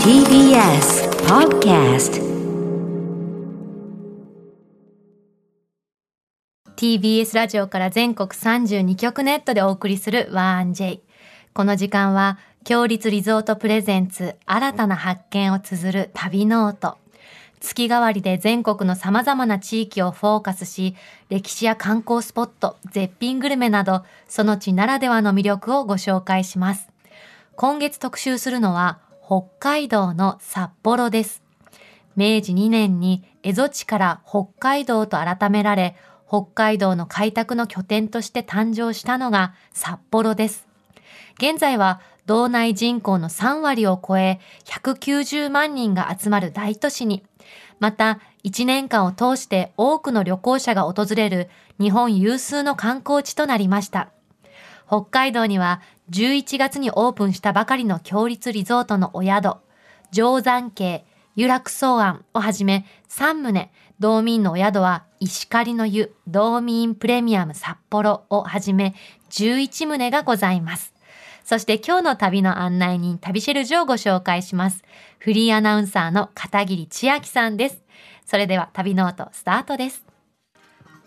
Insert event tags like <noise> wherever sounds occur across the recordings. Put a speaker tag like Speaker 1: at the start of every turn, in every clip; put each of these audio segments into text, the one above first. Speaker 1: TBS Podcast
Speaker 2: TBS ラジオから全国32局ネットでお送りする 1J この時間は強立リゾートプレゼンツ新たな発見を綴る旅ノート月替わりで全国の様々な地域をフォーカスし歴史や観光スポット絶品グルメなどその地ならではの魅力をご紹介します今月特集するのは北海道の札幌です明治2年に蝦夷地から北海道と改められ、北海道の開拓の拠点として誕生したのが札幌です。現在は道内人口の3割を超え、190万人が集まる大都市に、また1年間を通して多くの旅行者が訪れる日本有数の観光地となりました。北海道には11月にオープンしたばかりの強立リゾートのお宿、定山渓、湯楽草庵をはじめ3棟、道民のお宿は石狩の湯、道民プレミアム札幌をはじめ11棟がございます。そして今日の旅の案内人、旅シェルジュをご紹介します。フリーアナウンサーの片桐千秋さんです。それでは旅ノートスタートです。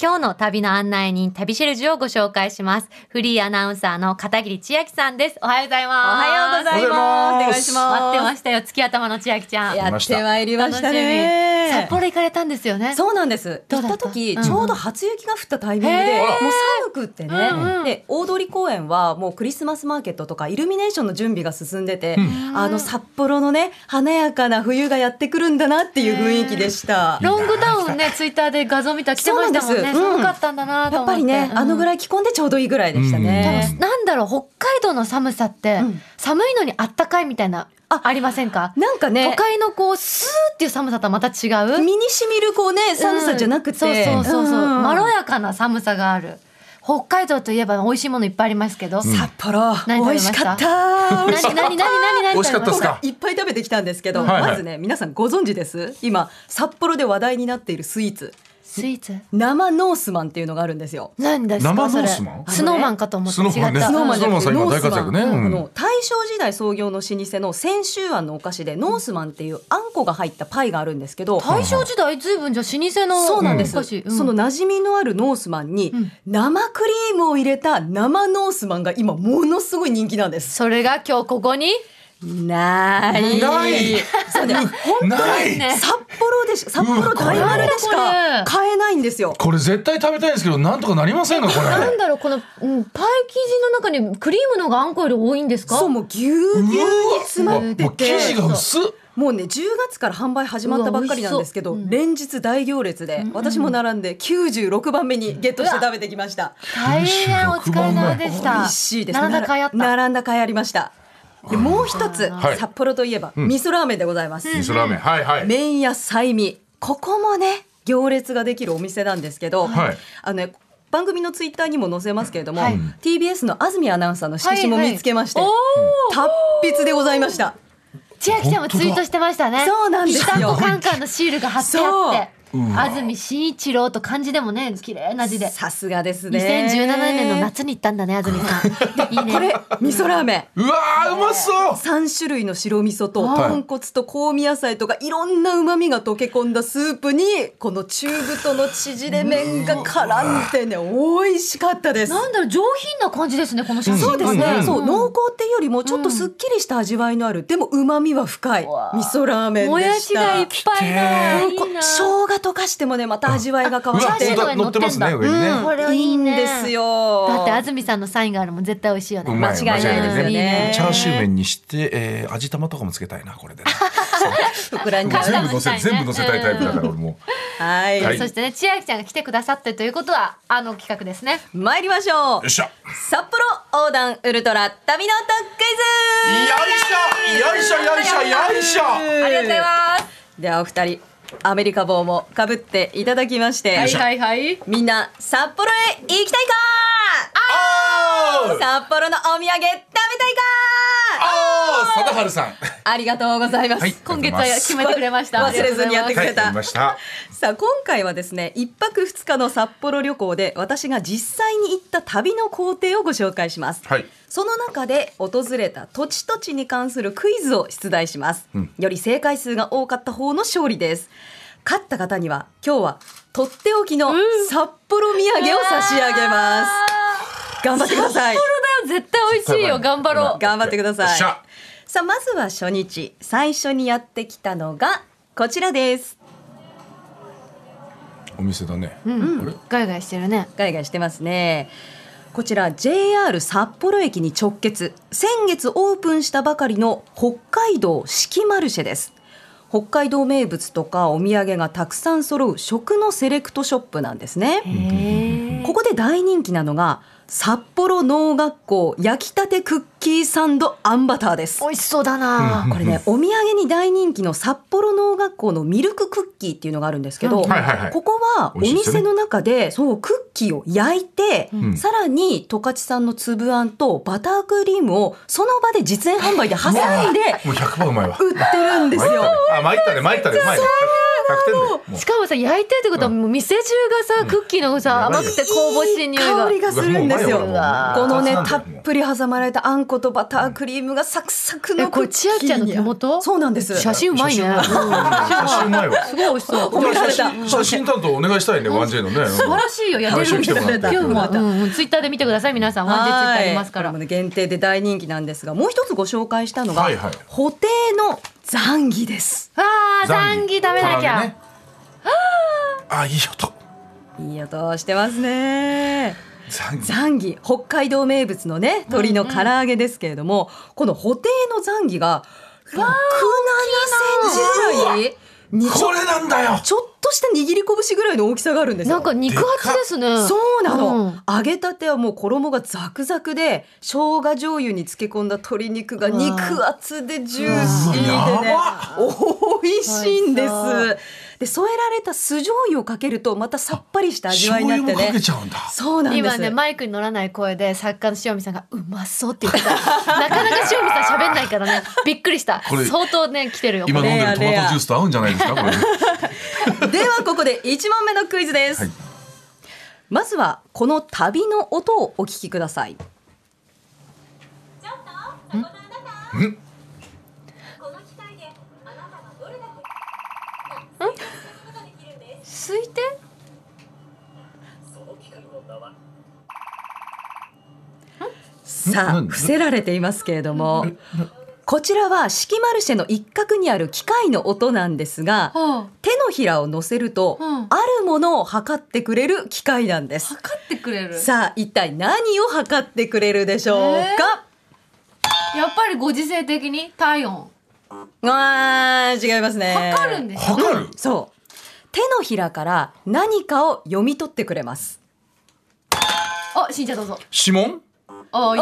Speaker 2: 今日の旅の案内人、旅シェルジュをご紹介します。フリーアナウンサーの片桐千秋さんです。おはようござい
Speaker 3: お
Speaker 2: ます。
Speaker 3: はようございます。お願いします。
Speaker 2: 待ってましたよ、月頭の千秋ちゃん。
Speaker 3: やってまいりま
Speaker 2: 楽
Speaker 3: し
Speaker 2: したみ。
Speaker 3: ね。
Speaker 2: 札幌行かれたんですよね。
Speaker 3: そうなんです。
Speaker 2: ど
Speaker 3: 行
Speaker 2: う
Speaker 3: っ
Speaker 2: だった
Speaker 3: た時、
Speaker 2: うん
Speaker 3: ちょうど初雪が降ったタイミング
Speaker 2: へ
Speaker 3: で、
Speaker 2: ー
Speaker 3: もう寒くってね、
Speaker 2: うんうん
Speaker 3: で大通公園はもうクリスマスマーケットとかイルミネーションの準備が進んでて、あの札幌のね華やかな冬がやってくるんだなっていう雰囲気でした。
Speaker 2: ロングダウンね、ツイッターで画像見たら来てましたも
Speaker 3: そう
Speaker 2: んね。
Speaker 3: なんですうん
Speaker 2: 寒かったんだなと
Speaker 3: やっ
Speaker 2: 思っ
Speaker 3: ぱ
Speaker 2: て。
Speaker 3: りね、あのぐ
Speaker 2: い。
Speaker 3: らい着込んでちょうどいいぐらいでしたね。
Speaker 2: なんだろう、北海道の寒さって
Speaker 3: うん、
Speaker 2: 寒いのにあったかいみたいな、
Speaker 3: あ
Speaker 2: ありませんか
Speaker 3: なんか
Speaker 2: 都
Speaker 3: ね、
Speaker 2: 会のこう、スーっていう寒さとはまた違
Speaker 3: 身
Speaker 2: う。
Speaker 3: に染みるこうね寒さじゃなくて、
Speaker 2: うんそうそうそうそう。
Speaker 3: ん
Speaker 2: まろやかな寒さがある。北海道といえば美味しいものいっぱいありますけど。
Speaker 3: 札幌
Speaker 2: 何食べ
Speaker 3: 美
Speaker 2: ま
Speaker 3: 味
Speaker 2: した
Speaker 3: しかった。
Speaker 2: 何何何何何何
Speaker 4: 美味しかったっすか
Speaker 3: いっぱい食べてきたんですけど、
Speaker 4: はいはい
Speaker 3: まずね皆さんご存知です今札幌で話題になっているスイーツ
Speaker 2: スイーツ
Speaker 3: 生ノースマンっていうのがあるんですよ。
Speaker 2: 何ですか
Speaker 4: 生
Speaker 2: それ
Speaker 4: ノースマン
Speaker 2: スノーマンかと思って違った。
Speaker 4: スノーマンね
Speaker 3: スノーマンじゃなくて
Speaker 4: スノーマ
Speaker 3: ノース
Speaker 4: ンさん今大活
Speaker 3: マ
Speaker 4: 躍
Speaker 3: ン、
Speaker 4: ねうん
Speaker 3: あの大正時代創業の老舗の泉州庵のお菓子でノースマンっていうあんこが入ったパイがあるんですけど、
Speaker 2: 大正時代ずいぶんじゃあ老舗の
Speaker 3: そうなんです、
Speaker 2: お菓子うん
Speaker 3: その馴染みのあるノースマンに
Speaker 2: ん
Speaker 3: 生クリームを入れた生ノースマンが今ものすごい人気なんです。
Speaker 2: それが今日ここに
Speaker 3: ない
Speaker 4: ない
Speaker 3: そうね
Speaker 4: ない、
Speaker 2: ね
Speaker 3: 札幌でし札幌大丸でし
Speaker 2: う
Speaker 3: か
Speaker 2: わ
Speaker 3: 買えないんですよ。
Speaker 4: これ絶対食べたいんですけど、なんとかなりませんか、こ
Speaker 2: なん
Speaker 4: れ。
Speaker 2: だろうこの、うん、パイ生地の中にクリームの方があんこより多いんですか
Speaker 3: そうもうぎゅうぎゅうに詰まって
Speaker 4: もう生
Speaker 3: て
Speaker 4: 地が薄っ。
Speaker 3: もうね10月から販売始まったばっかりなんですけ
Speaker 2: う
Speaker 3: ど
Speaker 2: わ美味し
Speaker 3: 連日大行列で私も並んで96番目にゲットして食べてきました
Speaker 2: 大変お疲れ様でし
Speaker 3: 美
Speaker 2: た
Speaker 3: 味しいです
Speaker 2: 並んだかいあった
Speaker 3: 並んだ甲斐ありましたでもう一つ
Speaker 4: はい
Speaker 3: 札幌といえば
Speaker 4: ん
Speaker 3: 味噌ラーメンでございます
Speaker 4: 味噌ラーメン、はいはい。
Speaker 3: 麺屋菜味ここもね行列ができるお店なんですけど、
Speaker 4: はい
Speaker 3: あのね番組のツイッターにも載せますけれども、
Speaker 2: はい
Speaker 3: TBS の安住アナウンサーの色紙も見つけまして、
Speaker 2: はいはい
Speaker 3: 達筆でございました。
Speaker 2: 千秋ちゃんもツイートしてましたね
Speaker 3: そうなんですよ
Speaker 2: ひたんこカンカンのシールが貼ってあって
Speaker 4: そううわ
Speaker 2: 安住紳一郎と漢字でもね綺麗な字で
Speaker 3: さすがですね。
Speaker 2: 2017年の夏に行ったんだね安住さん <laughs> いいね
Speaker 3: これ味噌ラーメン。
Speaker 4: うわー、うまそう。
Speaker 3: 3種類の白味噌と
Speaker 4: はい
Speaker 3: 豚骨と香味野菜とかいろんな旨味が溶け込んだスープにこの中太の縮れ麺が絡んでね美味しかったです
Speaker 2: なんだろう上品な感じですねこの写真
Speaker 3: そうですね、
Speaker 4: うん
Speaker 3: そう濃厚っていうよりもちょっとすっきりした味わいのある、でも旨味は深い味噌ラーメンでした
Speaker 2: もやしがいっぱいな
Speaker 3: うん
Speaker 2: い
Speaker 3: こ
Speaker 2: いな
Speaker 3: 生姜溶かしてもねまた味わいが変
Speaker 4: う
Speaker 3: わ
Speaker 4: わ
Speaker 3: っ
Speaker 2: チャーシ
Speaker 3: て
Speaker 2: ューとか
Speaker 4: 本当乗ってますね、上に
Speaker 3: うん
Speaker 4: ね。
Speaker 2: これはいいね
Speaker 3: いいんですよ
Speaker 2: だって安住さんのサインがあるもん絶対美味しいよね
Speaker 4: うまい、
Speaker 3: 間違いないですよね
Speaker 2: いいね
Speaker 4: チャーシュー麺にして、えー、味玉とかもつけたいな、これでね。
Speaker 3: 袋に
Speaker 4: 全部乗
Speaker 2: う
Speaker 4: せ、
Speaker 2: ん
Speaker 4: 全部乗せたいタイプだから、俺も
Speaker 3: はい、
Speaker 4: はい
Speaker 2: そしてね千秋ちゃんが来てくださってるということはあの企画ですね
Speaker 3: 参りましょう
Speaker 4: う。よっしゃ。よ
Speaker 3: 札幌横断ウルトラ旅の特クイズ
Speaker 4: いしょ、よいしょ、よいしょ、よいしょ。
Speaker 2: ありがとうございます
Speaker 3: ではお二人アメリカ帽もかぶっていただきまして、
Speaker 2: はいはいはい
Speaker 3: みんな札幌へ行きたい
Speaker 4: あ
Speaker 3: か札幌のお土産食べたいか
Speaker 4: あ、ああ、貞治さん。
Speaker 3: ありがとうございます。
Speaker 4: はい
Speaker 2: 今月は決めてくれました。
Speaker 3: 忘れずにやってく
Speaker 4: はい、
Speaker 3: れた
Speaker 4: やりました。
Speaker 3: さあ今回はですね一泊二日の札幌旅行で私が実際に行った旅の行程をご紹介します、
Speaker 4: はい
Speaker 3: その中で訪れた土地土地に関するクイズを出題します、
Speaker 4: うん
Speaker 3: より正解数が多かった方の勝利です勝った方には今日はとっておきの札幌土産を差し上げます、頑張ってください
Speaker 2: 絶対美味しいよ。頑張ろう。
Speaker 3: 頑張ってください
Speaker 4: よっしゃ
Speaker 3: さあまずは初日最初にやってきたのがこちらです
Speaker 4: お店だね。
Speaker 2: うん
Speaker 4: あれ
Speaker 2: ガヤガヤしてるね。
Speaker 3: ガヤガヤしてますね。こちら JR 札幌駅に直結先月オープンしたばかりの北海道四季マルシェです北海道名物とかお土産がたくさん揃う食のセレクトショップなんですね
Speaker 2: へえ。
Speaker 3: ここで大人気なのが札幌農学校焼きたてクッキーサンドあんバターです
Speaker 2: 美味しそうだな。
Speaker 3: これね、お土産に大人気の札幌農学校のミルククッキーっていうのがあるんですけど、
Speaker 2: うん
Speaker 4: はいはいはい
Speaker 3: ここはお
Speaker 4: 美味しいですよね
Speaker 3: 店の中でそうクッキーを焼いて、
Speaker 4: ん
Speaker 3: さらに十勝産の粒あんとバタークリームをその場で実演販売で挟んで
Speaker 4: もう100%うまいわ。
Speaker 3: 売ってるんですよ。
Speaker 4: あ、参ったね、参ったね、うまいね。100点で。もう
Speaker 2: しかもさ焼いてるってことはもう店中がさクッキーのさ
Speaker 4: やば
Speaker 2: 甘
Speaker 4: いよ
Speaker 2: くて香ばしい匂いが
Speaker 3: 香りがするんですよ。
Speaker 4: う
Speaker 3: こ
Speaker 4: わもうう
Speaker 3: の
Speaker 4: まい
Speaker 3: ね
Speaker 4: わもう
Speaker 3: たっぷり挟まれたあんことバタークリームがサクサク
Speaker 2: え
Speaker 3: の
Speaker 2: こ
Speaker 3: ク
Speaker 2: れ
Speaker 3: ッキ
Speaker 2: 千
Speaker 3: ー
Speaker 2: 秋ちゃんの手元
Speaker 3: そうなんです。
Speaker 2: 写真うまいね
Speaker 4: 写真うまい写真うまいわ。
Speaker 2: すごい美味しそう
Speaker 3: 褒められ
Speaker 4: 写
Speaker 3: た
Speaker 4: 真写真担当お願いしたいね、ワンジェイのね。
Speaker 2: 素晴らしいよやってる
Speaker 4: 来週来てもらって
Speaker 2: 今日もうんうんツイッターで見てください皆さんワンジェイツイッターありますか
Speaker 3: はい
Speaker 2: ら
Speaker 3: これもね限定で大人気なんですがもう一つご紹介したのが、
Speaker 4: はいはい
Speaker 3: 補定の残儀です
Speaker 2: わあ残儀食べなき
Speaker 4: 唐揚げ
Speaker 2: ゃ
Speaker 4: ねあ、いい音。
Speaker 3: いい音してますね
Speaker 4: 残儀。
Speaker 3: 残儀北海道名物のね鶏の唐揚げですけれども、この補定の残儀が6 7センチぐらいにち
Speaker 4: こ
Speaker 3: ょ
Speaker 4: れなんだよ。
Speaker 3: ちょっとした握り拳ぐらいの大きさがあるんですよ
Speaker 2: なんか肉厚ですね
Speaker 3: そうなの、
Speaker 2: うん
Speaker 3: 揚げたてはもう衣がザクザクで生姜醤油に漬け込んだ鶏肉が肉厚でジューシーでね
Speaker 4: う
Speaker 3: 美味しいんで
Speaker 2: 美
Speaker 3: す
Speaker 2: 味しそ
Speaker 3: で添えられた酢醤油をかけるとまたさっぱりした味わ
Speaker 4: 醤
Speaker 3: いにな
Speaker 4: 油
Speaker 3: って
Speaker 4: もかけ
Speaker 3: ね
Speaker 4: ちゃうんだ。
Speaker 3: そうなんです
Speaker 2: 今ねマイクに乗らない声で作家の塩見さんが「うまそう」って言ってたなかなか塩見さん喋んないからねびっくりした
Speaker 4: これ
Speaker 2: 相当ね来てるよこ
Speaker 4: 今
Speaker 2: れ
Speaker 4: 飲んでるトマトジュースと合うんじゃないですか、これ。
Speaker 3: <laughs> ではここで1問目のクイズです、
Speaker 4: はい
Speaker 3: まずはこの旅の音をお聞きください
Speaker 4: うん
Speaker 2: 推定
Speaker 3: さあ
Speaker 4: 何
Speaker 3: 伏せられていますけれどもこちらは四季マルシェの一角にある機械の音なんですが
Speaker 2: はあ
Speaker 3: 手のひらを乗せると、
Speaker 2: うん
Speaker 3: あるものを測ってくれる機械なんです
Speaker 2: 測ってくれる
Speaker 3: さあ一体何を測ってくれるでしょうか、
Speaker 2: やっぱりご時世的に体温
Speaker 3: わー違いますね
Speaker 2: 測るんですよ
Speaker 4: 測る。
Speaker 3: そう手のひらから何かを読み取ってくれます
Speaker 2: あ、しんちゃんどうぞ
Speaker 4: 指紋。
Speaker 2: あ、いいね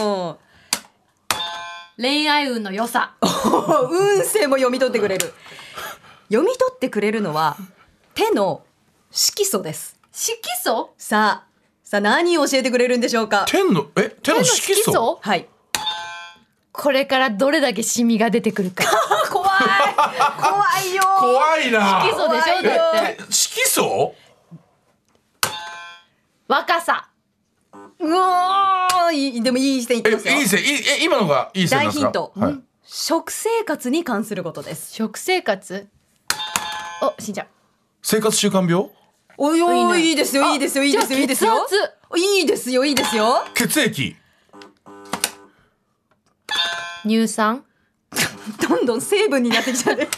Speaker 3: おー
Speaker 2: 恋愛運の良さ
Speaker 3: 運勢も読み取ってくれる読み取ってくれるのは手の色素です
Speaker 2: 色素
Speaker 3: さあさあ何を教えてくれるんでしょうか
Speaker 4: 天の、え、手の色素。
Speaker 3: はい
Speaker 2: これからどれだけシミが出てくるか
Speaker 3: 怖い怖いよ
Speaker 4: 怖いな。
Speaker 2: 色素でし
Speaker 3: 怖い
Speaker 2: ょ
Speaker 3: よ
Speaker 2: だって
Speaker 4: え色素。
Speaker 2: 若さ
Speaker 3: うおーいいでもいい線いって
Speaker 4: え、
Speaker 3: ますよ
Speaker 4: いい線、いい、え、今のがいい線なん
Speaker 3: 大
Speaker 4: です
Speaker 3: ヒ
Speaker 4: か。
Speaker 3: ント、
Speaker 4: はい。
Speaker 3: 食生活に関することです
Speaker 2: 食生活お、しんちゃん
Speaker 4: 生活習慣病。
Speaker 3: おい
Speaker 2: い
Speaker 3: お
Speaker 2: ね
Speaker 3: いいいですよいいですよいいですよ
Speaker 2: じゃあ
Speaker 3: いいですよい
Speaker 2: 血圧
Speaker 3: いですよいいですよ
Speaker 4: 血液。
Speaker 2: 乳酸
Speaker 3: どんどん成分になってきちゃうね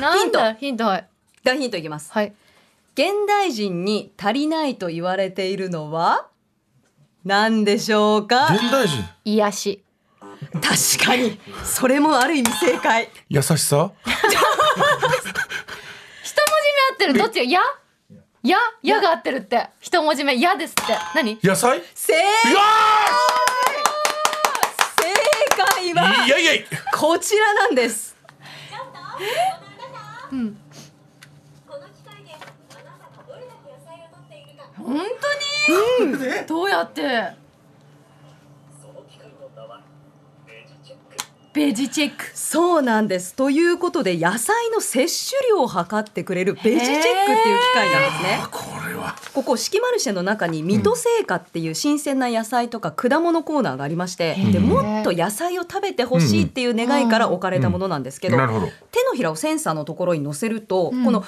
Speaker 2: なんだヒントはい
Speaker 3: <laughs> 大ヒントいきます
Speaker 2: はい
Speaker 3: 現代人に足りないと言われているのは何でしょうか
Speaker 4: 現代人。
Speaker 2: 癒し
Speaker 3: 確かにそれもある意味正解
Speaker 4: 優しさ。
Speaker 2: 一文字目合ってるどっちが「や」「や」「や」が合ってるって一文字目「や」ですって何
Speaker 4: 野菜。
Speaker 3: 正
Speaker 4: い
Speaker 3: 正
Speaker 4: や
Speaker 3: 解
Speaker 4: ー。
Speaker 3: はい
Speaker 4: やいやい。
Speaker 3: こちらなんです
Speaker 2: 本当にどうやってベページチェック
Speaker 3: そうなんですということで野菜の摂取量を測ってくれるベジチェックっていう機械なんですね
Speaker 4: あこれは
Speaker 3: ここ四季マルシェの中に水戸製菓っていう新鮮な野菜とか果物コーナーがありまして、
Speaker 2: へー
Speaker 3: でもっと野菜を食べてほしいっていう願いから置かれたものなんですけど,、
Speaker 4: なるほど
Speaker 3: 手のひらをセンサーのところに乗せると、
Speaker 2: うん
Speaker 3: この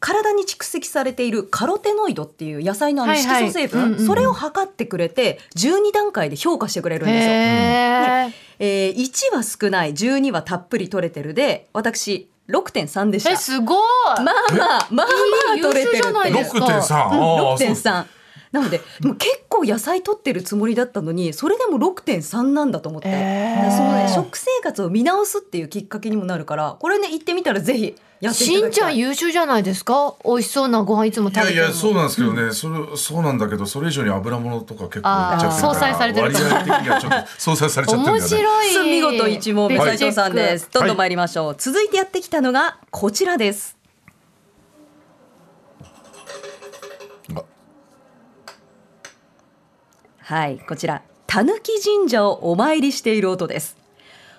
Speaker 3: 体に蓄積されているカロテノイドっていう野菜のあの
Speaker 2: はいはい
Speaker 3: 色素成分、
Speaker 2: うんうん
Speaker 3: それを測ってくれて12段階で評価してくれるんですよ。
Speaker 2: へー
Speaker 3: えー、1は少ない12はたっぷり取れてるで私6.3でした
Speaker 2: えすごい
Speaker 3: まあまあまあまあ取れてるって
Speaker 2: いい優秀じゃない
Speaker 3: いう
Speaker 2: ですか
Speaker 4: 6.3あーそう
Speaker 3: 6.3なのででも結構野菜取ってるつもりだったのにそれでも6.3なんだと思って、
Speaker 2: えー
Speaker 3: そのね食生活を見直すっていうきっかけにもなるからこれね行ってみたらぜひやってい
Speaker 2: し
Speaker 3: ただ
Speaker 2: ん
Speaker 3: き
Speaker 2: ちゃ
Speaker 3: た
Speaker 2: ん
Speaker 3: い
Speaker 2: 優秀じゃないですか美味しそうなご飯いつも食
Speaker 4: い
Speaker 2: べ
Speaker 4: や
Speaker 2: て
Speaker 4: い
Speaker 2: る
Speaker 4: やそう
Speaker 2: う
Speaker 4: なんですけどね、それそうなんだけどそれ以上に油物とか結構いっちゃってるから
Speaker 2: あー相殺されてる
Speaker 4: 割合的にはちょっと相殺されちゃってるん
Speaker 2: 面
Speaker 4: だよね
Speaker 2: 白い
Speaker 3: 見事一問目
Speaker 2: ベ
Speaker 3: 斉
Speaker 2: ジチェ
Speaker 3: 藤
Speaker 2: ッ
Speaker 3: さ
Speaker 2: ク
Speaker 3: んです、どんどん参りましょう、続いてやってきたのがこちらです
Speaker 4: あ
Speaker 3: はいこちらたぬき神社をお参りしている音です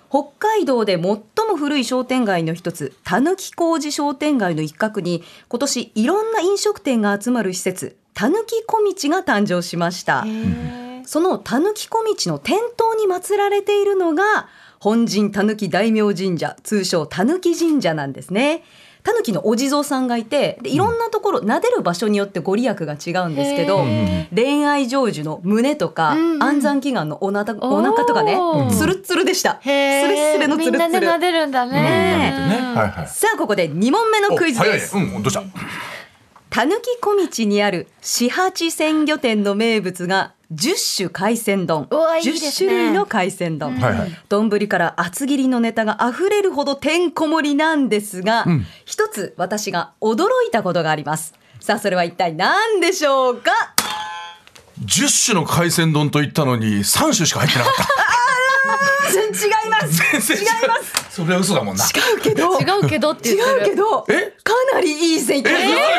Speaker 3: 北海道で最も古い商店街の一つたぬき工事商店街の一角に今年いろんな飲食店が集まる施設たぬき小道が誕生しました
Speaker 2: へー
Speaker 3: そのたぬき小道の店頭に祀られているのが本陣たぬき大名神社通称たぬき神社なんですね。たぬきのお地蔵さんがいてでいろんなところ、撫でる場所によってご利益が違うんですけど
Speaker 2: へ
Speaker 3: 恋愛成就の胸とか、
Speaker 2: うんうん
Speaker 3: 安産祈願のおなたお腹とかね
Speaker 2: おー
Speaker 3: ツルッツルでした。ス
Speaker 2: へー
Speaker 3: レスレのツル
Speaker 2: みんな
Speaker 3: ッツ
Speaker 2: で
Speaker 3: ル
Speaker 2: 撫。でるんだね
Speaker 4: うんねはいはい
Speaker 3: さあここで2問目のクイズです。
Speaker 4: お早いねうんどうした
Speaker 3: たぬき小道にある四八鮮魚店の名物が10種海鮮丼
Speaker 2: うわいいですね
Speaker 3: 10種類の海鮮丼
Speaker 4: はいはい
Speaker 3: 丼、から厚切りのネタがあふれるほどてんこ盛りなんですが、
Speaker 4: ん
Speaker 3: 一つ私が驚いたことがありますさあそれは一体何でしょうか
Speaker 4: 10種の海鮮丼と言ったのに3種しか入ってなかった
Speaker 3: 違います
Speaker 4: 全 <laughs> 然違います。それは嘘だもんな。
Speaker 3: 違うけど違
Speaker 2: 違うけどって言ってる
Speaker 3: うけどか
Speaker 4: え
Speaker 3: なりいい線いって
Speaker 4: え、
Speaker 3: ま
Speaker 4: 嘘
Speaker 3: す
Speaker 4: でし
Speaker 3: よ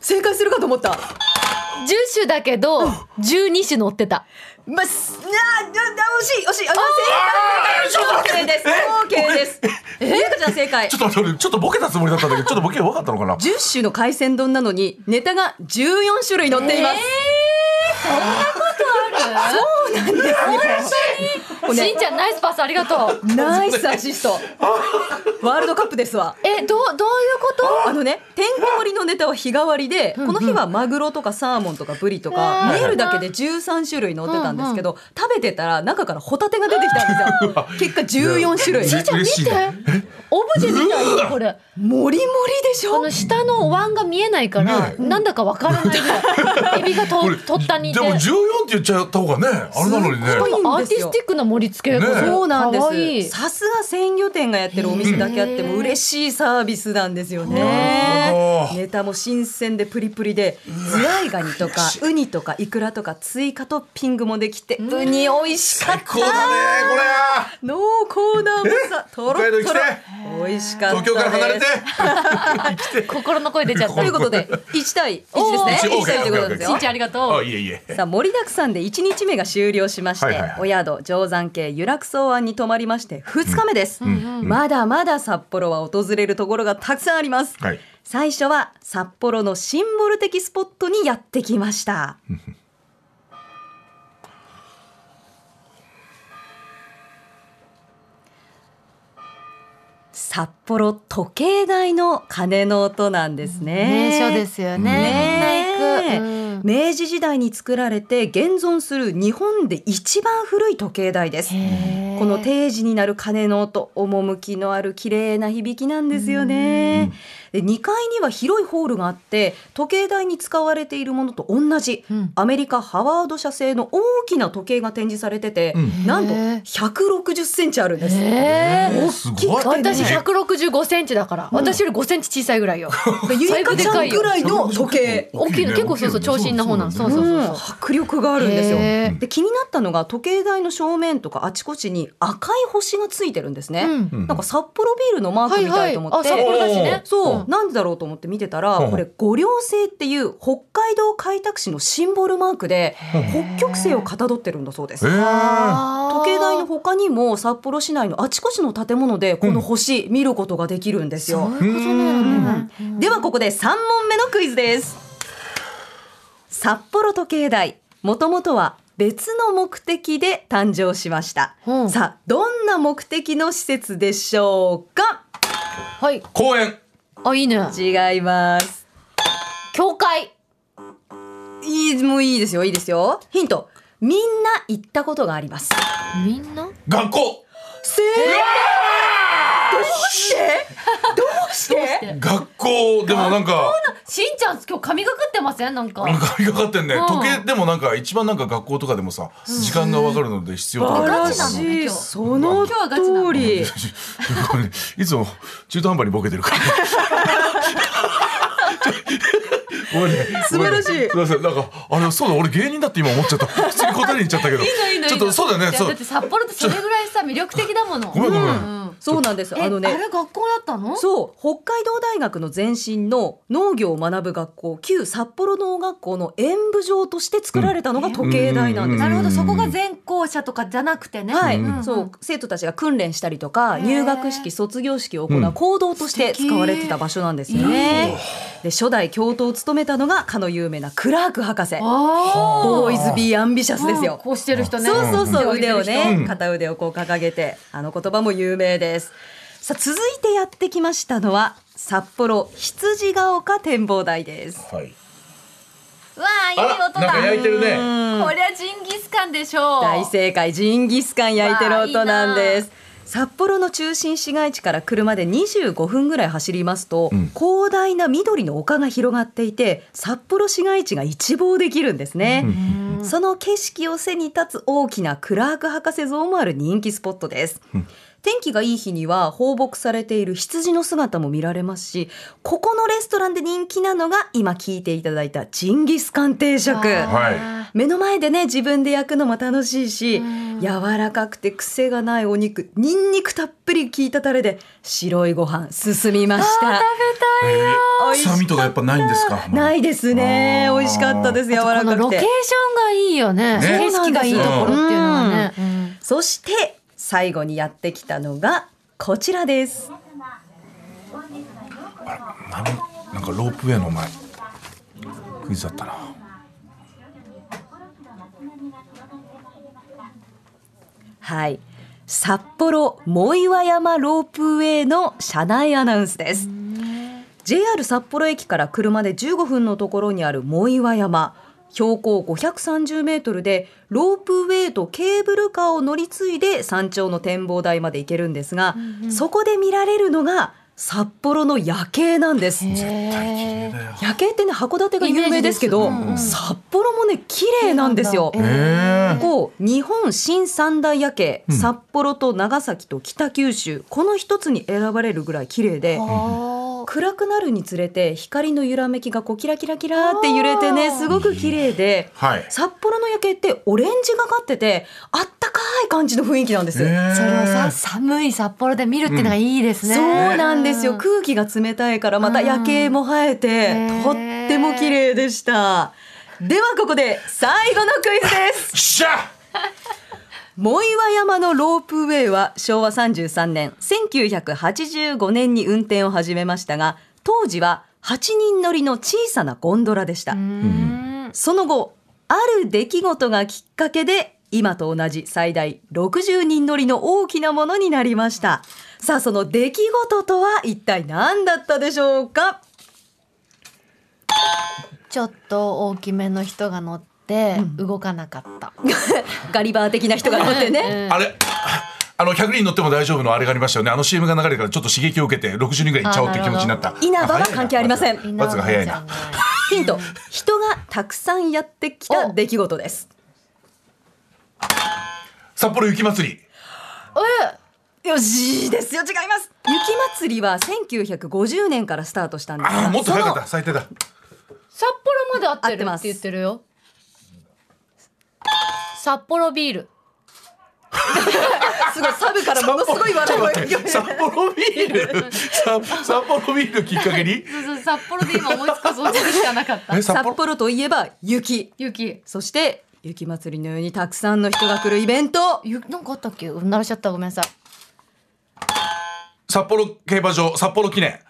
Speaker 3: 正解するかと思った
Speaker 2: 10種だけど12種乗ってた
Speaker 3: まあ、すなあ、な、な、惜しい、惜しい、あ、正解、正解です。OK です。OK です。ゆうかちゃん正解
Speaker 4: ょちょ。っと待って、俺ちょっとボケたつもりだったんだけど、ちょっとボケ弱かったのかな。
Speaker 3: 十種の海鮮丼なのに、ネタが十四種類載っています。そうなんですよ。これ
Speaker 2: しんちゃんナイスパスありがとう
Speaker 3: ナイスアシスト。ワールドカップですわ。
Speaker 2: えどうどういうこと
Speaker 3: あのね、てんこ盛りのネタは日替わりで、この日はマグロとかサーモンとかブリとか、
Speaker 2: うん
Speaker 3: 見えるだけで13種類載ってたんですけど、食べてたら中からホタテが出てきたんですよ。結果14種類。
Speaker 4: ち
Speaker 2: じゃあ見
Speaker 4: 嬉しい
Speaker 2: て
Speaker 4: ね
Speaker 2: オブジェみたいよこれ
Speaker 3: もりもりでし
Speaker 2: あ
Speaker 3: ょ
Speaker 2: の下のお椀が見えないから、
Speaker 4: ね
Speaker 2: なんだかわからないぐらいエビがと
Speaker 4: これ
Speaker 2: とったにいて
Speaker 4: でも14って言っちゃった方がね、あれなのにね。
Speaker 3: すごいんですよ
Speaker 2: アーティスティックな盛り付け、
Speaker 4: ね
Speaker 2: これ
Speaker 3: そうなんで
Speaker 2: かわいい
Speaker 3: す。さすが鮮魚店がやってるお店だけあっても嬉しいサービスなんですよ
Speaker 4: なる
Speaker 3: ね
Speaker 4: ほ。ど
Speaker 3: ネタも新鮮でプリプリで、ズワイガニとかウニとかイクラとか追加トッピングもできて、ウニ美味しかっ
Speaker 4: 最高
Speaker 3: た。
Speaker 4: だね、これ。
Speaker 3: 濃厚な甘さ、とろっ
Speaker 4: <laughs> 北海
Speaker 3: と
Speaker 4: 道
Speaker 3: ろ
Speaker 4: 行きて。
Speaker 3: 美味しかった
Speaker 4: 東京から離れて <laughs>
Speaker 3: です。
Speaker 2: 心の声出ちゃっ
Speaker 3: と
Speaker 2: た
Speaker 3: いうことで、1対1ですね。
Speaker 4: おー
Speaker 3: 1対1ということです
Speaker 2: し
Speaker 3: よ
Speaker 2: んち。ゃんありがと
Speaker 4: あ、
Speaker 2: う
Speaker 4: いえいえ。
Speaker 3: さあ盛りだくさんで1日目が終了しまして、
Speaker 4: はいはいはい
Speaker 3: お宿定山系由楽草庵に泊まりまして2日目です、まだまだ札幌は訪れるところがたくさんあります、
Speaker 4: はい
Speaker 3: 最初は札幌のシンボル的スポットにやってきました札幌時計台の鐘の音なんですね。
Speaker 2: 名所ですよね
Speaker 3: ねえ
Speaker 2: みんな行くうん
Speaker 3: 明治時代に作られて現存する日本で一番古い時計台です。
Speaker 2: へー
Speaker 3: この定時になる鐘の音趣のある綺麗な響きなんですよね。で2階には広いホールがあって時計台に使われているものと同じ、
Speaker 2: うん
Speaker 3: アメリカハワード社製の大きな時計が展示されてて、
Speaker 4: うん
Speaker 3: なんと
Speaker 2: へー
Speaker 3: 160センチあるんです。
Speaker 2: えー
Speaker 4: おすごい。
Speaker 2: 私
Speaker 4: ね
Speaker 2: 165センチだから、私より5センチ小さいぐらいよ
Speaker 3: でゆいかちゃんぐらいの時計。
Speaker 2: 大きいの結構そうそう長身な方なのそうそう
Speaker 3: う
Speaker 2: そ
Speaker 3: ん
Speaker 2: うそう
Speaker 3: 迫力があるんですよ
Speaker 2: へー
Speaker 3: で気になったのが時計台の正面とかあちこちにに赤い星がついてるんですね、
Speaker 2: うん
Speaker 4: うん
Speaker 3: なんか札幌ビールのマークみたいと思って、
Speaker 2: はいはいあ札幌だしね
Speaker 3: そう、
Speaker 2: うん
Speaker 3: なんでだろうと思って見てたら、
Speaker 4: うん
Speaker 3: これ五稜星っていう北海道開拓市のシンボルマークで北極星をかたどってるんだそうです
Speaker 4: えー、
Speaker 3: 時計台の他にも札幌市内のあちこちの建物でこの星見ることができるんですよ、
Speaker 2: そういうことなんだね
Speaker 3: ではここで3問目のクイズです札幌時計台もともとは別の目的で誕生しました、
Speaker 2: うん
Speaker 3: さあどんな目的の施設でしょうか
Speaker 2: はい
Speaker 4: 公園
Speaker 2: あいいね
Speaker 3: 違います
Speaker 2: 教会
Speaker 3: いいもういいですよいいですよヒントみんな行ったことがあります
Speaker 2: みんな
Speaker 4: 学校
Speaker 3: 正解どうしてどうして
Speaker 4: 学校でもなんか
Speaker 2: しんちゃん今日髪がかってませんなんか
Speaker 4: なんかありかかってんね、
Speaker 2: うん
Speaker 4: 時計でもなんか一番なんか学校とかでもさ時間がわかるので必要とか
Speaker 2: ガ
Speaker 4: って
Speaker 2: チなのね今日
Speaker 3: その
Speaker 2: 今日はガチなの
Speaker 3: 通り
Speaker 4: いつも中途半端にボケてる
Speaker 2: <laughs>
Speaker 4: から。ごめんね。
Speaker 3: 素晴らしい
Speaker 4: ごめんねすみません。なんか、あれ、そうだ、俺芸人だって今思っちゃった。普通に答えに行っちゃったけど。
Speaker 2: いいのいいの
Speaker 4: ちょっと、そうだよ
Speaker 2: い
Speaker 4: ね。
Speaker 2: や
Speaker 4: そ
Speaker 2: だ
Speaker 4: う
Speaker 2: っ。て札幌ってそれぐらいさ魅力的だもの
Speaker 4: ごめんごめん
Speaker 2: うん
Speaker 3: そうなんです
Speaker 2: え
Speaker 3: あ
Speaker 2: あ
Speaker 3: のね
Speaker 2: れ学校だったの
Speaker 3: そう北海道大学の前身の農業を学ぶ学校旧札幌農学校の演舞場として作られたのが時計台なんです。
Speaker 2: なるほどそこが全校舎とかじゃなくてね
Speaker 3: はい、
Speaker 2: ん
Speaker 3: そう生徒たちが訓練したりとか
Speaker 2: へー
Speaker 3: 入学式卒業式を行う行動として使われてた場所なんですよね。で初代教頭を務めたのがかの有名なクラーク博士
Speaker 2: あー
Speaker 3: ボーイズ・ビー・アンビシャスですよ
Speaker 2: うん。こうしてる人ね
Speaker 3: そうそうそう、腕
Speaker 2: 手を
Speaker 3: を
Speaker 2: 上げてる人
Speaker 3: ね、片腕をこう掲げて、あの言葉も有名です。さあ、続いてやってきましたのは、札幌羊ヶ丘展望台です。
Speaker 4: はい。
Speaker 2: うわあいい
Speaker 4: あ
Speaker 2: 音
Speaker 4: ら、なん
Speaker 2: だ
Speaker 4: か焼いてるね。
Speaker 2: こりゃジンギスカンでしょう
Speaker 3: 大正解、ジンギスカン焼いてる音なんです。札幌の中心市街地から車で25分ぐらい走りますと、
Speaker 4: うん
Speaker 3: 広大な緑の丘が広がっていて札幌市街地が一望できるんですね、その景色を背に立つ大きなクラーク博士像もある人気スポットです、天気がいい日には放牧されている羊の姿も見られますしここのレストランで人気なのが今聞いていただいたジンギスカン定食
Speaker 4: は
Speaker 3: 目の前でね自分で焼くのも楽しいし柔らかくて癖がないお肉ニンニクたっぷり効いたタレで白いご飯進みました
Speaker 4: え
Speaker 3: 美味
Speaker 4: ー
Speaker 3: しかった
Speaker 4: 臭みとかやっぱないんですか。
Speaker 3: ないですね
Speaker 4: あー
Speaker 3: 美味しかったです柔
Speaker 2: こ
Speaker 3: ら
Speaker 2: の
Speaker 3: か
Speaker 2: ロ
Speaker 3: く
Speaker 2: ケーシ
Speaker 3: て
Speaker 2: ョンがいいよね
Speaker 4: ね
Speaker 2: 景色がいいところっていうのはねうん
Speaker 3: そして最後にやってきたのがこちらです
Speaker 4: なんなんかロープウェイの前。クイズだったな。
Speaker 3: はい札幌藻岩山ロープウェイの車内アナウンスです JR 札幌駅から車で15分のところにある藻岩山標高530メートルでロープウェイとケーブルカーを乗り継いで山頂の展望台まで行けるんですが、そこで見られるのが札幌の夜景なんです
Speaker 4: 絶対綺麗だよ。
Speaker 3: 夜景ってね函館が有名ですけど
Speaker 2: イメージですうんうん
Speaker 3: 札幌もね綺麗なんですよ
Speaker 2: 綺麗なんだ
Speaker 4: ええ。
Speaker 3: こう日本新三大夜景、札幌と長崎と北九州この一つに選ばれるぐらい綺麗で
Speaker 2: あー
Speaker 3: 暗くなるにつれて光の揺らめきがこうキラキラキラって揺れてねすごく綺麗で
Speaker 4: はい。
Speaker 3: 札幌の夜景ってオレンジがかっててあったかい感じの雰囲気なんです。
Speaker 4: え
Speaker 2: それをさ寒い札幌で見るってのがいいですね
Speaker 3: そうなんですよ。空気が冷たいからまた夜景も生えて
Speaker 2: うん
Speaker 3: とっても綺麗でした。ではここで最後のクイズです。 <laughs>
Speaker 4: しゃ。
Speaker 3: 藻岩山のロープウェイは昭和33年1985年に運転を始めましたが当時は8人乗りの小さなゴンドラでした、
Speaker 2: うん
Speaker 3: その後ある出来事がきっかけで今と同じ最大60人乗りの大きなものになりましたさあその出来事とは一体何だったでしょうか <laughs>
Speaker 2: ちょっと大きめの人が乗って動かなかった、
Speaker 3: ガリバー的な人が乗ってね
Speaker 4: あれあの100人乗っても大丈夫のあれがありましたよね。あの CM が流れてからちょっと刺激を受けて60人ぐらいいっちゃおうっていう気持ちになった。
Speaker 3: 稲葉は関係ありません
Speaker 2: みんな
Speaker 4: 罰が早いな。
Speaker 3: ヒント人がたくさんやってきた出来事です
Speaker 4: 札幌雪祭り。
Speaker 3: よしですよ違います雪祭りは1950年年からスタートしたんです
Speaker 4: あ
Speaker 3: が
Speaker 4: あ、もっと早かっ
Speaker 3: そ
Speaker 4: た。
Speaker 3: の
Speaker 4: 最
Speaker 3: <laughs>
Speaker 4: 低だ。
Speaker 2: 札幌まで合って
Speaker 3: 合って
Speaker 2: る
Speaker 3: ま
Speaker 2: っ
Speaker 3: す
Speaker 2: て言ってるよ札幌ビール
Speaker 3: すごいサブからものすごい笑い声が聞こえる
Speaker 4: 札幌ビールさ札幌ビールきっかけに
Speaker 2: そうそう札幌で今思いつく想像でしかなかった
Speaker 4: え札
Speaker 3: 札
Speaker 4: 幌
Speaker 3: 幌といえば雪
Speaker 2: 雪
Speaker 3: そして雪祭りのようにたくさんの人が来るイベント
Speaker 2: ゆなんかあったっけ鳴らしちゃったごめんなさい
Speaker 4: 札幌競馬場札幌記念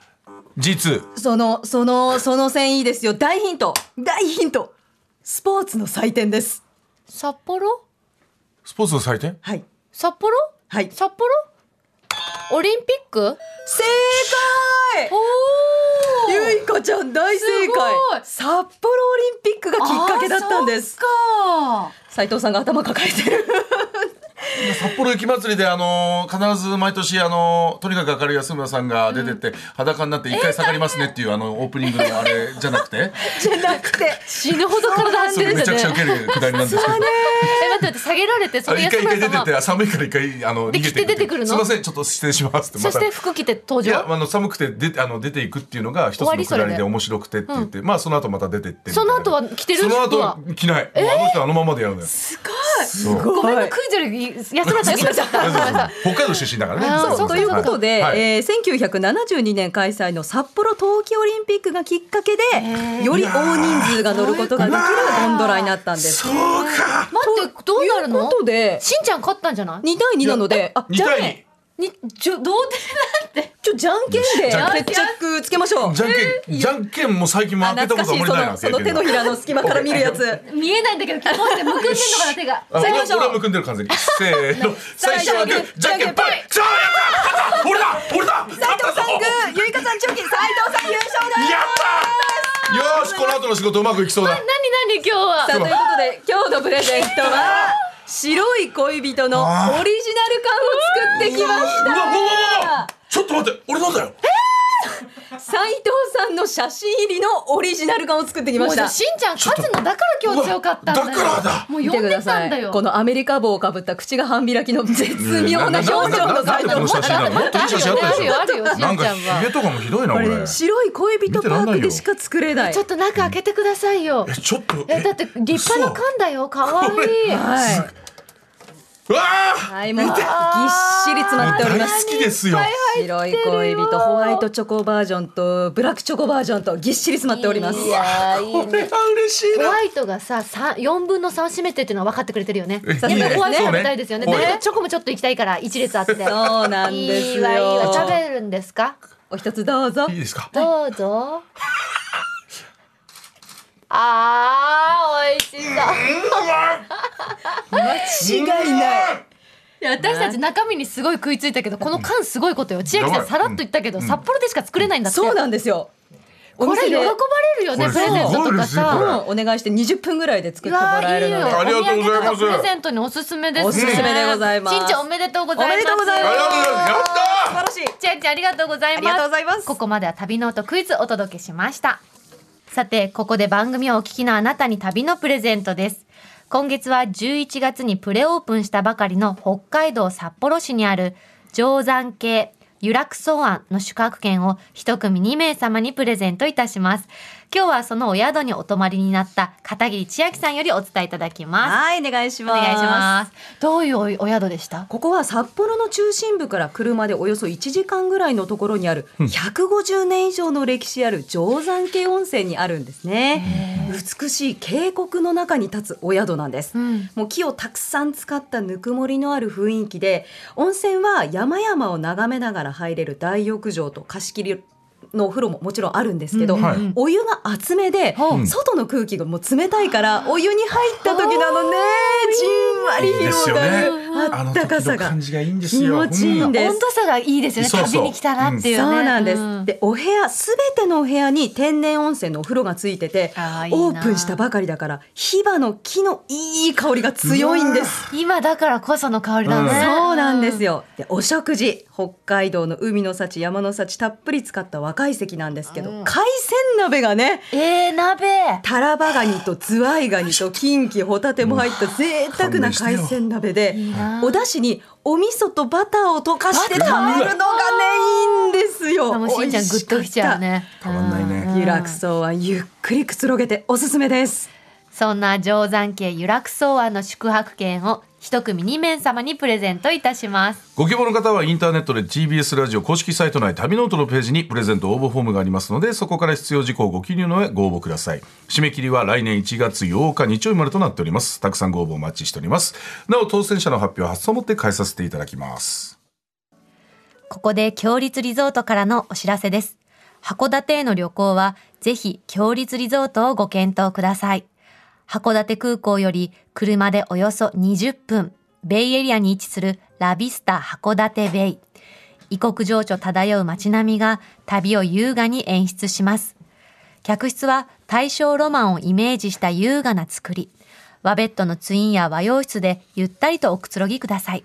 Speaker 4: G2
Speaker 3: そのそのその線いいですよ大ヒント大ヒントスポーツの祭典です
Speaker 2: 札幌
Speaker 4: スポーツの祭典
Speaker 3: はい
Speaker 2: 札幌
Speaker 3: はい
Speaker 2: 札幌オリンピック
Speaker 3: 正解
Speaker 2: おお
Speaker 3: ゆいかちゃん大正解
Speaker 2: す
Speaker 3: 札幌オリンピックがきっかけだったんです
Speaker 2: あ
Speaker 3: 斉藤さんが頭抱えてる
Speaker 4: 札幌雪祭りであのー必ず毎年あのーとにかく明るい安村さんが出てって、裸になって一回下がりますねっていうあのオープニングのあれじゃなくて
Speaker 3: じゃなくて
Speaker 2: そっか死ぬほど体張っ
Speaker 4: そ
Speaker 2: てる
Speaker 4: れ
Speaker 2: ん
Speaker 4: め
Speaker 2: です
Speaker 4: ちゃ
Speaker 2: よ
Speaker 4: く
Speaker 2: ね
Speaker 4: ちゃウケるくだりなんですけ
Speaker 2: え
Speaker 4: ど。
Speaker 2: 待って待って下げられてそ
Speaker 4: あ
Speaker 2: れ
Speaker 4: 一回
Speaker 2: 安
Speaker 4: 一
Speaker 2: 村
Speaker 4: 回出
Speaker 2: さ
Speaker 4: て
Speaker 2: ん
Speaker 4: って
Speaker 2: は
Speaker 4: あ寒いから一回あの逃
Speaker 2: で
Speaker 4: げて
Speaker 2: 着て出てくるの
Speaker 4: すいませんちょっと失礼しますって
Speaker 2: そし
Speaker 4: ま
Speaker 2: て
Speaker 4: た
Speaker 2: 服着て登
Speaker 4: いや
Speaker 2: 場
Speaker 4: あの寒くてであの出ていくっていうのが一つ
Speaker 2: 終わ
Speaker 4: の
Speaker 2: り
Speaker 4: く
Speaker 2: それ
Speaker 4: だ
Speaker 2: で
Speaker 4: りで面白くてって言って、まあその後また出てってみた
Speaker 2: そ
Speaker 4: い
Speaker 2: の
Speaker 4: な
Speaker 2: 後は着てる
Speaker 4: その
Speaker 2: 服は
Speaker 4: 後着ない、もうあの人あのままでやるのよすごい
Speaker 3: ご
Speaker 2: ごめんねクイズより安村さん安村さん
Speaker 4: 北海道出身だからね
Speaker 2: あー
Speaker 4: そう
Speaker 3: ということで、
Speaker 4: はい
Speaker 3: えー1972年開催の札幌冬季オリンピックがきっかけでより大人数が乗ることができるゴンドラになったんです。
Speaker 4: そうか
Speaker 2: 待ってどうな
Speaker 3: と
Speaker 2: る
Speaker 3: いう
Speaker 2: の
Speaker 3: ことで
Speaker 2: しんちゃん勝ったんじゃない
Speaker 3: 2対2なのであ
Speaker 4: 2
Speaker 3: じゃん
Speaker 4: 対
Speaker 3: けん
Speaker 4: 2
Speaker 2: にちょどうでなんて
Speaker 3: ちょじゃんけん
Speaker 4: じゃんけ
Speaker 3: で
Speaker 4: ん
Speaker 3: 決着つけましょう。
Speaker 4: じゃんけん、じゃんけんも最近も
Speaker 3: あ
Speaker 4: 開けた
Speaker 3: 懐
Speaker 4: こ
Speaker 3: か
Speaker 4: とあ
Speaker 3: し
Speaker 4: ん
Speaker 3: い
Speaker 4: まり
Speaker 3: そのそ
Speaker 4: ないな
Speaker 3: の手のひらの隙間から見るや
Speaker 4: <laughs>
Speaker 3: つ。
Speaker 2: 見えないんだけどこうやってむくんでんのかな手が
Speaker 4: あ
Speaker 3: やりま
Speaker 4: 俺
Speaker 3: しょう
Speaker 4: 俺はむくんでる完全に
Speaker 3: <laughs>
Speaker 4: せーの最初はグーじ
Speaker 3: じ
Speaker 4: ゃ
Speaker 3: ゃ
Speaker 4: ん
Speaker 3: ん
Speaker 4: け
Speaker 3: け
Speaker 4: ん
Speaker 3: ん
Speaker 4: ぽ
Speaker 3: ぽ
Speaker 4: い
Speaker 3: い
Speaker 4: そうやった俺だ俺だ
Speaker 3: 斉藤
Speaker 4: 勝った
Speaker 3: さ
Speaker 4: ぞ
Speaker 3: んグー、ゆいかさんチョキ、斉藤さん優勝
Speaker 4: <laughs>
Speaker 3: だ。
Speaker 4: やったよーしこの後の仕事うまくいきそうだ
Speaker 2: 何何今日は
Speaker 3: さあということで今日のプレゼントは
Speaker 4: <laughs>
Speaker 3: 白い恋人のオリジナル缶を作ってきまし
Speaker 4: うわうわうわうわ
Speaker 3: た。
Speaker 4: ちょっと待って俺なんだよ
Speaker 3: 斉藤さんの写真入りのオリジナル缶を作ってきま
Speaker 2: も
Speaker 3: し
Speaker 2: うさ
Speaker 3: た。
Speaker 2: しんちゃん勝つのだから今日強かったんだよ
Speaker 4: うわだからだ
Speaker 2: もう
Speaker 3: 見
Speaker 2: 呼
Speaker 3: て
Speaker 2: ん
Speaker 3: く
Speaker 2: で
Speaker 3: だ
Speaker 2: た
Speaker 3: さ
Speaker 2: んだよ
Speaker 3: い。このアメリカ帽をかぶった口が半開きの絶妙な表情の斉
Speaker 4: この
Speaker 3: 藤
Speaker 4: 写
Speaker 3: さん。
Speaker 4: 真なのもっといい写真あった
Speaker 2: あ
Speaker 4: でしょ
Speaker 2: るよあるよしんちゃ
Speaker 4: なん
Speaker 2: ん
Speaker 4: か
Speaker 2: は
Speaker 4: ヒゲとかもひどいな
Speaker 3: こ
Speaker 4: 俺
Speaker 3: れ白い恋人パークでしか作れない
Speaker 2: ちょ。っと中開けてくださいよ
Speaker 4: えちょっと
Speaker 2: えだって立派な缶だよ可愛いい
Speaker 3: は
Speaker 4: うわ
Speaker 3: い。はい、もうぎっしり詰まっ
Speaker 4: あ
Speaker 3: ており
Speaker 4: 大
Speaker 3: ます。
Speaker 4: 好きですよ
Speaker 3: 白い恋人、ホワイトチョコバージョンとブラックチョコバージョンとぎっしり詰まっております。
Speaker 2: いやーい
Speaker 4: こ
Speaker 2: い
Speaker 4: れ
Speaker 2: ね
Speaker 4: は嬉しい
Speaker 2: ホ
Speaker 4: な
Speaker 2: ワイトがさ三四分の三占めてっていうのは分かってくれてるよね
Speaker 4: え
Speaker 2: やっぱりホワイト
Speaker 4: いいね
Speaker 2: 食べたいですよね
Speaker 4: そうね
Speaker 2: だけどチョコもちょっと行きたいから一列あっていい
Speaker 3: そうなんですよ。
Speaker 2: わいいわ食べるんですか
Speaker 3: お一つどうぞ
Speaker 4: いい。ですか
Speaker 2: どうぞ。あー、美味しそう。
Speaker 3: 違いない。
Speaker 2: いや私たち中身にすごい食いついたけど、この缶すごいことよ。千秋さんさらっと言ったけど、札幌でしか作れないんだって。
Speaker 3: そうなんですよ。
Speaker 2: これ喜ばれるよね、
Speaker 4: これ
Speaker 2: プレゼント
Speaker 4: すご
Speaker 2: と
Speaker 4: いで
Speaker 2: か
Speaker 4: すよこれ
Speaker 2: さ。
Speaker 3: もうお願いして20分ぐらいで作
Speaker 2: う
Speaker 3: っても
Speaker 2: わ
Speaker 3: らえ
Speaker 2: ーい
Speaker 3: る
Speaker 2: いよ。
Speaker 3: ので。
Speaker 4: ありがとうございます
Speaker 2: お土産とかプレゼントにおすすめですね。
Speaker 3: おすすめでございます
Speaker 2: しんちゃんおめでとうござ
Speaker 3: お
Speaker 2: います。
Speaker 3: めでとうござい
Speaker 4: あ
Speaker 3: ます
Speaker 4: りがとうございます
Speaker 3: 素晴らしい。
Speaker 4: やった
Speaker 2: 千秋ちゃんありがとうございます。
Speaker 3: ありがとうございます
Speaker 2: ここまでは旅ノートクイズお届けしました。さて、ここで番組をお聞きのあなたに旅のプレゼントです。今月は11月にプレオープンしたばかりの北海道札幌市にある定山系由楽草庵の宿泊券を一組2名様にプレゼントいたします。今日はそのお宿にお泊まりになった片桐千秋さんよりお伝えいただきます。
Speaker 3: はい、お願いし
Speaker 2: お
Speaker 3: ます。
Speaker 2: 願いします。どういうおお宿でした
Speaker 3: ここは札幌の中心部から車でおよそ1時間ぐらいのところにある150年以上の歴史ある定山系温泉にあるんですね美しい渓谷の中に立つお宿なんです、
Speaker 2: うん
Speaker 3: もう木をたくさん使ったぬくもりのある雰囲気で温泉は山々を眺めながら入れる大浴場と貸し切りのお風呂ももちろんあるんですけど、
Speaker 4: うんはい
Speaker 3: お湯が厚めで、
Speaker 4: ん
Speaker 3: 外の空気がもう冷たいからお湯に入った時なのねじんわり広がるあったかさが
Speaker 4: 感じがいいんです
Speaker 3: 気
Speaker 4: よ
Speaker 3: 持ちいいん
Speaker 4: で
Speaker 3: です。
Speaker 2: 温度差がいいですよね。
Speaker 4: そうそう
Speaker 2: 旅に来たなっていうね。
Speaker 3: そうなんです、
Speaker 2: ん
Speaker 3: でお部屋すべてのお部屋に天然温泉のお風呂がついてて
Speaker 2: あーいい
Speaker 3: オ
Speaker 2: な
Speaker 3: ープンしたばかりだからヒバの木のいい香りが強いんです
Speaker 2: 今だからこその香りだね、
Speaker 4: うん
Speaker 3: そうなんです
Speaker 2: よ
Speaker 3: よでお食事北海道の海の幸山の幸たっぷり使った若い石なんですけど、海鮮鍋がね
Speaker 2: えー、鍋
Speaker 3: タラバガニとズワイガニとキンキホタテも入った贅沢な海鮮鍋で
Speaker 2: いいな
Speaker 3: お出汁にお味噌とバターを溶かして食べるのがねいいんですよ
Speaker 2: もうしんちゃんグッときちゃうね
Speaker 4: たまんないね
Speaker 2: うん
Speaker 3: 由楽荘はゆっくりくつろげておすすめです
Speaker 2: そんな定山渓由楽草庵の宿泊券を一組2名様にプレゼントいたします。
Speaker 4: ご希望の方はインターネットで TBS ラジオ公式サイト内旅ノートのページにプレゼント応募フォームがありますのでそこから必要事項をご記入の上ご応募ください締め切りは来年1月8日日曜日までとなっておりますたくさんご応募お待ちしておりますなお当選者の発表は発送をもって返させていただきます
Speaker 2: ここで強立リゾートからのお知らせです。函館への旅行は、ぜひ強立リゾートをご検討ください。函館空港より車でおよそ20分、ベイエリアに位置するラビスタ函館ベイ。異国情緒漂う街並みが旅を優雅に演出します。客室は大正ロマンをイメージした優雅な作り。和ベッドのツインや和洋室でゆったりとおくつろぎください。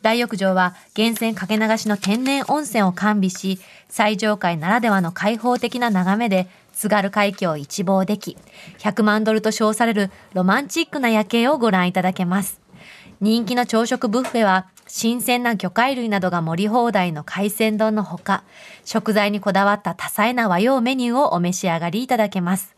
Speaker 2: 大浴場は源泉かけ流しの天然温泉を完備し、最上階ならではの開放的な眺めで津軽海峡を一望でき、100万ドルと称されるロマンチックな夜景をご覧いただけます。人気の朝食ブッフェは、新鮮な魚介類などが盛り放題の海鮮丼のほか、食材にこだわった多彩な和洋メニューをお召し上がりいただけます。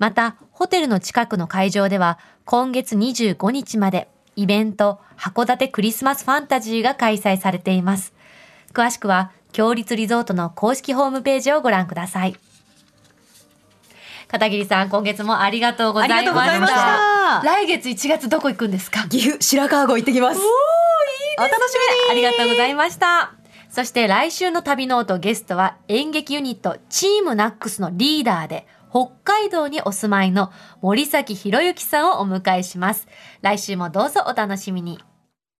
Speaker 2: また、ホテルの近くの会場では、今月25日まで、イベント、函館クリスマスファンタジーが開催されています。詳しくは、強立リゾートの公式ホームページをご覧ください。片桐さん、今月もありがとうございま
Speaker 3: あ
Speaker 2: した。
Speaker 3: りがとうございました
Speaker 2: 来月1月どこ行くんですか
Speaker 3: 岐阜白川郷行ってきます。お楽し
Speaker 2: あ
Speaker 3: みに。
Speaker 2: りがとうございました。そして来週の旅ノートゲストは演劇ユニットチームナックスのリーダーで北海道にお住まいの森崎博之さんをお迎えします。来週もどうぞお楽しみに。